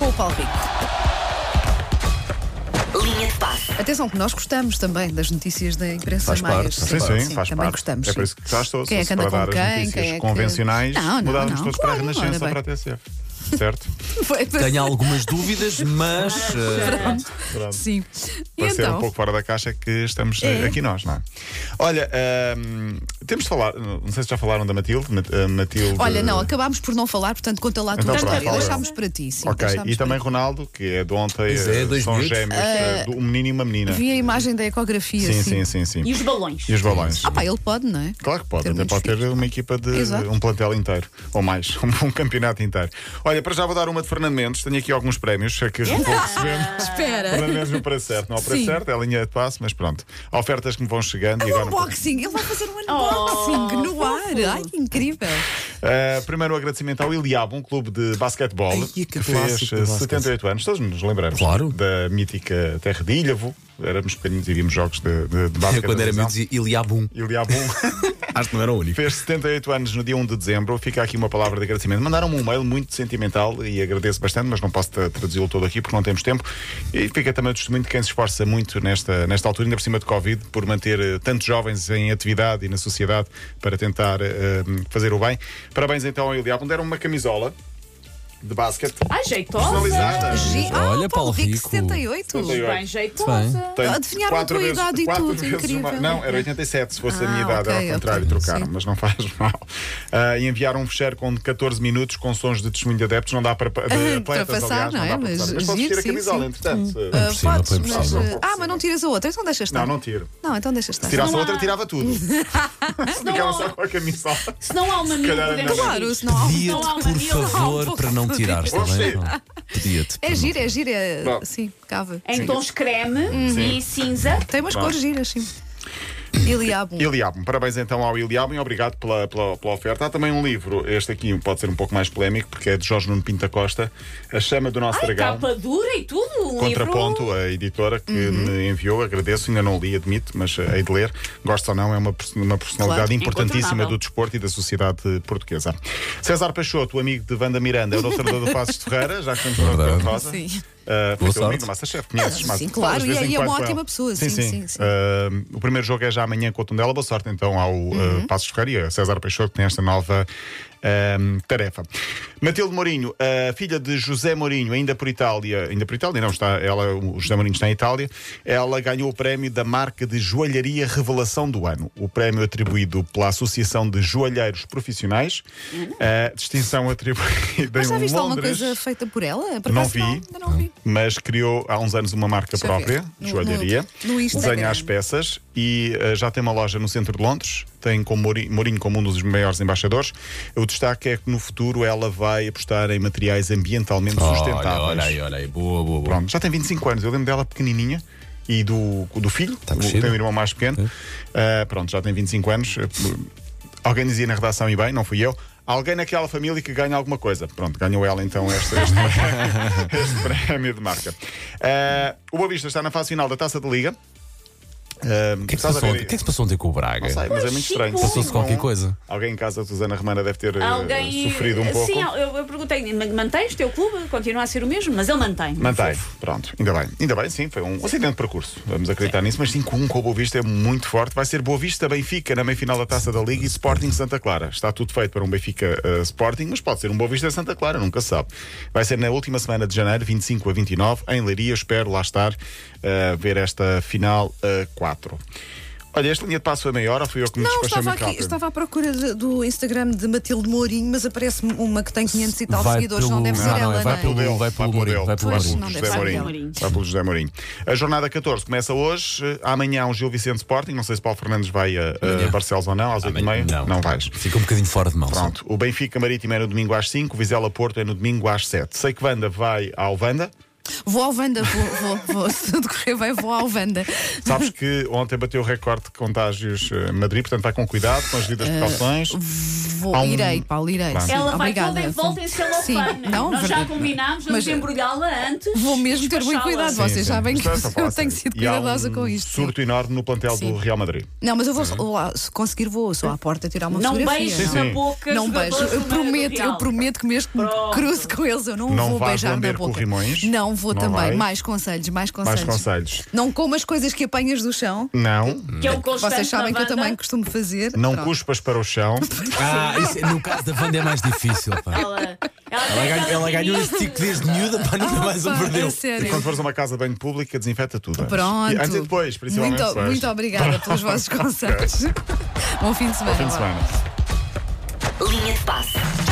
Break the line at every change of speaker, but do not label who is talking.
o Paulo Rico.
Linha de passe.
Atenção que nós gostamos também das notícias da imprensa
Faz
mais.
parte, sim, sim, faz
também
parte.
gostamos.
é
sim.
por isso que cá estou,
Quem é
se
que anda
para dar
com
as
quem?
notícias
Quem é que-
convencionais,
Não, não,
mudávamos
não,
todos
claro,
para a
ora
Renascença
bem.
ou para a TSF. Certo?
Foi-
Tenho algumas dúvidas, mas. eh,
Pronto.
Sim. E
Para ser
então?
um pouco fora da caixa que estamos eh,
É.
aqui nós, não é? Olha, hum, temos de falar, não sei se já falaram da Matilde. Mat- eh, Matilde
Olha, não, acabámos por não falar, portanto, conta lá a tua
Então,
história.
pronto, fala.
Deixámos para ti, sim.
Ok,
deixámos
e também
para ti.
Ronaldo, que é de ontem,
Pois é,
eh,
dois
são
miúdos.
gêmeos, eh, do- um menino e uma menina.
Ah, Vi a imagem da ecografia,
Sim,
sim.
sim, sim, sim.
E os balões.
E os balões.
Ah, pá, ele pode, não é?
Claro que pode,
Ter
ainda
muitos
pode ter
é?
uma equipa de
Exato.
um plantel inteiro, ou mais, um, campeonato inteiro. Olha, para já vou dar uma de Fernando Mendes, tenho aqui alguns prémios, sei que vou recebendo.
Espera.
Fernando Mendes no preço certo, não ao preço
Sim.
certo, é a linha de passo, mas pronto. Há Ofertas que me vão
É
chegando e
Um
agora. não-
unboxing, ele vai fazer um unboxing no ar. Ai, que incrível.
Uh, primeiro, o agradecimento ao Iliab, um clube de basquetebol
Ai, que
que, fez
clássico do
uh,
basquete.
78 anos. Todos nos lembramos
Claro.
da mítica terra de Ilhavo. Éramos pequeninos e vimos jogos de, de, de basquete.
eh, Eu quando era
na
miúdo
televisão.
dizia Iliabum.
Iliabum.
Acho que não era o único.
Fez 78 anos no dia 1 de dezembro. Fica aqui uma palavra de agradecimento. Mandaram-me um e-mail muito sentimental e agradeço bastante, mas não posso tra- traduzi-lo todo aqui porque não temos tempo. E fica também o testemunho de quem se esforça muito nesta, nesta altura, ainda por cima de Covid, por manter eh, tantos jovens em atividade e na sociedade para tentar eh, fazer o bem. Parabéns então ao Iliabo. Deram uma camisola de basquete
Ai, jeitosa.
personalizada.
Gi- Ah,
Olha,
o
Paulo
Paulo Rico,
Rico.
78.
78.
Bem, jeitosa.
Tenho
Adivinharam
quatro
a tua
vezes-
idade e
quatro
tudo,
vezes
incrível.
uma- Não, era 87, se fosse a
Ah,
minha idade,
ok,
era ao contrário,
ok,
trocaram,
sim.
mas não faz mal. Ah, e enviaram um fecheiro com 14 minutos com sons de testemunho de adeptos, não dá para, de
Ah,
atletas,
para passar,
aliás,
não é?
dá para
Mas
passar. Mas podes
giro,
vestir a
sim,
camisola,
sim.
entretanto.
Ah,
eh,
possível,
podes,
foi
mas,
impossível.
eh, ah, mas não tiras a outra, então deixas estar.
Não, não tiro.
Não, então deixas estar.
Se tirasse a
não
outra,
há-
tirava tudo. Ficava só com a camisola.
Se não há uma
Se calhar
miúda,
não.
Claro, se não há um-
Não há
Pedia-te,
uma
por
mil, não há um
favor,
pouco
para não
de
tirares
Deus.
também.
Sim.
não. Pedia-te. para
É
não-
giro, é giro, é.
Bom.
Sim, cava.
em tons creme e cinza.
Tem umas
Bom.
cores giras, sim. Iliabo.
Iliabum, parabéns então ao Iliabum e obrigado pela, pela, pela oferta. Há também um livro, este aqui pode ser um pouco mais polémico, porque é de Jorge Nuno Pinta Costa, A Chama do Nosso
tá
Ai,
Dragão.
capa dura e tudo. Um livro.
Contraponto, a editora que
Uhum.
me enviou, agradeço, ainda não li, admito, mas eh, hei de ler. Gosto ou não, é uma, pers- uma personalidade
Claro,
importantíssima
incontornável.
do desporto e da sociedade eh, portuguesa. César Peixoto, o amigo de Wanda Miranda, era o treinador do Passos de Ferreira, já que estamos a falar de Rosa.
Sim.
Uh,
Boa
foi teu amigo
sorte.
do Masterchef, conheces
Ah,
mas
sim,
falas
claro,
de
e
vez
é-
em
e é
quando
uma
com
ótima
ela.
pessoa, sim, sim, sim.
Uh, o primeiro jogo é já amanhã com o Tondela. Boa sorte então ao uh,
Uhum.
Passos Ferreira e a César Peixoto que tem esta nova um, tarefa. Matilde Mourinho, a filha de José Mourinho, ainda por Itália, ainda por Itália, não está, ela, o José Mourinho está em Itália, ela ganhou o prémio da marca de joalharia revelação do ano. O prémio atribuído pela Associação de Joalheiros Profissionais, uh, distinção atribuída
Uhum. Mas já
em
viste alguma
um Londres.
coisa feita por ela? Por
Não
acaso,
vi.
Ainda não vi.
mas criou há uns anos uma marca
Deixa eu
própria,
ver. No-
joalharia.
no- no Instagram.
desenha as peças e eh, já tem uma loja no centro de Londres. Tem com Mouri- Mourinho como um dos maiores embaixadores. O destaque é que no futuro ela vai apostar em materiais ambientalmente
Olha,
sustentáveis.
olha aí, olha aí. Boa, boa, boa.
Pronto, já tem 25 anos. Eu lembro dela pequenininha. E do, do filho, o-
crescido.
tem um irmão mais pequeno.
É.
Eh, pronto, já tem 25 anos. Eh, Alguém dizia na redação, e bem, não fui eu. Alguém naquela família que ganha alguma coisa. Pronto, ganhou ela então esta, esta este prémio de marca. Eh, o Boa Vista está na fase final da Taça de Liga. Eh,
O que é que se
estás
passou
a ver-
ontem- o que é que se passou ontem com o Braga?
Não sei, mas é muito estranho.
Passou-se qualquer coisa.
Alguém em casa, a Susana Romana, deve ter eh,
Alguém. eh,
sofrido um pouco.
Sim, eu, eu perguntei, "Ma- mantens o teu clube? Continua a ser o mesmo, mas ele mantém.
Mantém. Pronto, ainda bem. Ainda bem, sim, foi um acidente de percurso. Vamos acreditar nisso, mas 5-1 com o Boa Vista é muito forte. Vai ser Boa Vista Benfica na meia-final da Taça da Liga e Sporting Santa Clara. Está tudo feito para um Benfica eh, Sporting, mas pode ser um Boa Vista Santa Clara, nunca se sabe. Vai ser na última semana de janeiro, 25 a 29, em Leiria. Espero lá estar a ver esta final a 4. Olha, esta linha de passo foi meia hora, fui eu que me
Não,
despachei
estava
muito
aqui,
Hum, rápido.
estava à procura de- do Instagram de Matilde Mourinho, mas aparece-me uma que tem 500 e tal seguidores, não deve ser
não,
ela,
não, é, vai
não é?
pelo dele, vai
Ah, Vai
pelo
pelo
Mourinho,
dele.
vai pelo
Pois,
Mourinho.
não deve
José
ser
Mourinho.
Mourinho.
Vai pelo José Mourinho. A jornada 14 começa hoje. Eh, Amanhã o Gil Vicente Sporting. Não sei se Paulo Fernandes vai a, a Barcelos ou não, às 8h30. Não. vais.
Ah, Fica um bocadinho fora de mão. sim.
Pronto. O Benfica Marítimo é no domingo às 5, o Vizela Porto é no domingo às 7. Sei que Vanda vai ao Vanda.
Vou ao Wanda, vou, vou, vou. Se tudo correr bem, vou ao Wanda.
Sabes que ontem bateu o recorde de contágios eh, Madrid, portanto vai com cuidado, com as devidas
Eh,
precauções.
Vou,
Há um-
Irei, Paulo, irei.
Pronto.
Sim,
Ela vai
obrigada.
toda em volta em
Sim,
celofane.
não,
Nós já
verdade.
combinámos,
Mas-
vamos embrulhá-la antes.
Vou mesmo ter muito
despachá-la.
cuidado, vocês já bem que
Portanto, é só fala
eu tenho
sério.
sido
E há um
cuidadosa com isto. sim.
Surto enorme no plantel
Sim.
do Real Madrid.
Não, mas eu vou, vou lá, se conseguir, vou só à porta tirar uma
Não
fotografia.
beijo
Sim,
na
sim.
boca.
Não
jogadores
beijo, eu
do Madrid
prometo, eu
Real.
prometo que mesmo que me
Pronto.
cruze com eles, eu não,
Não
vou
vais
beijar na
lamber
boca.
corrimões?
Não vou
Não
também.
vais?
Mais conselhos, mais conselhos.
Mais conselhos.
Não comas coisas que apanhas do chão.
Não,
Que é o constante
Vocês sabem
na
que eu
banda.
também costumo fazer.
não
Pronto.
cuspas para o chão.
Ah, isso, no caso da Wanda é mais difícil, pá.
Ela, ela,
Ela, ganha- ela ganhou este tico desde miúda, pá, nunca
Ah,
mais o
pá,
perdeu.
a
E
sério.
quando fores a uma casa de banho pública, desinfeta tudo. antes.
Pronto.
E antes e depois, principalmente.
Muito,
depois.
muito obrigada pelos vossos conselhos. Bom fim de semana.
Fim de
vá.
semana.
Linha de passe.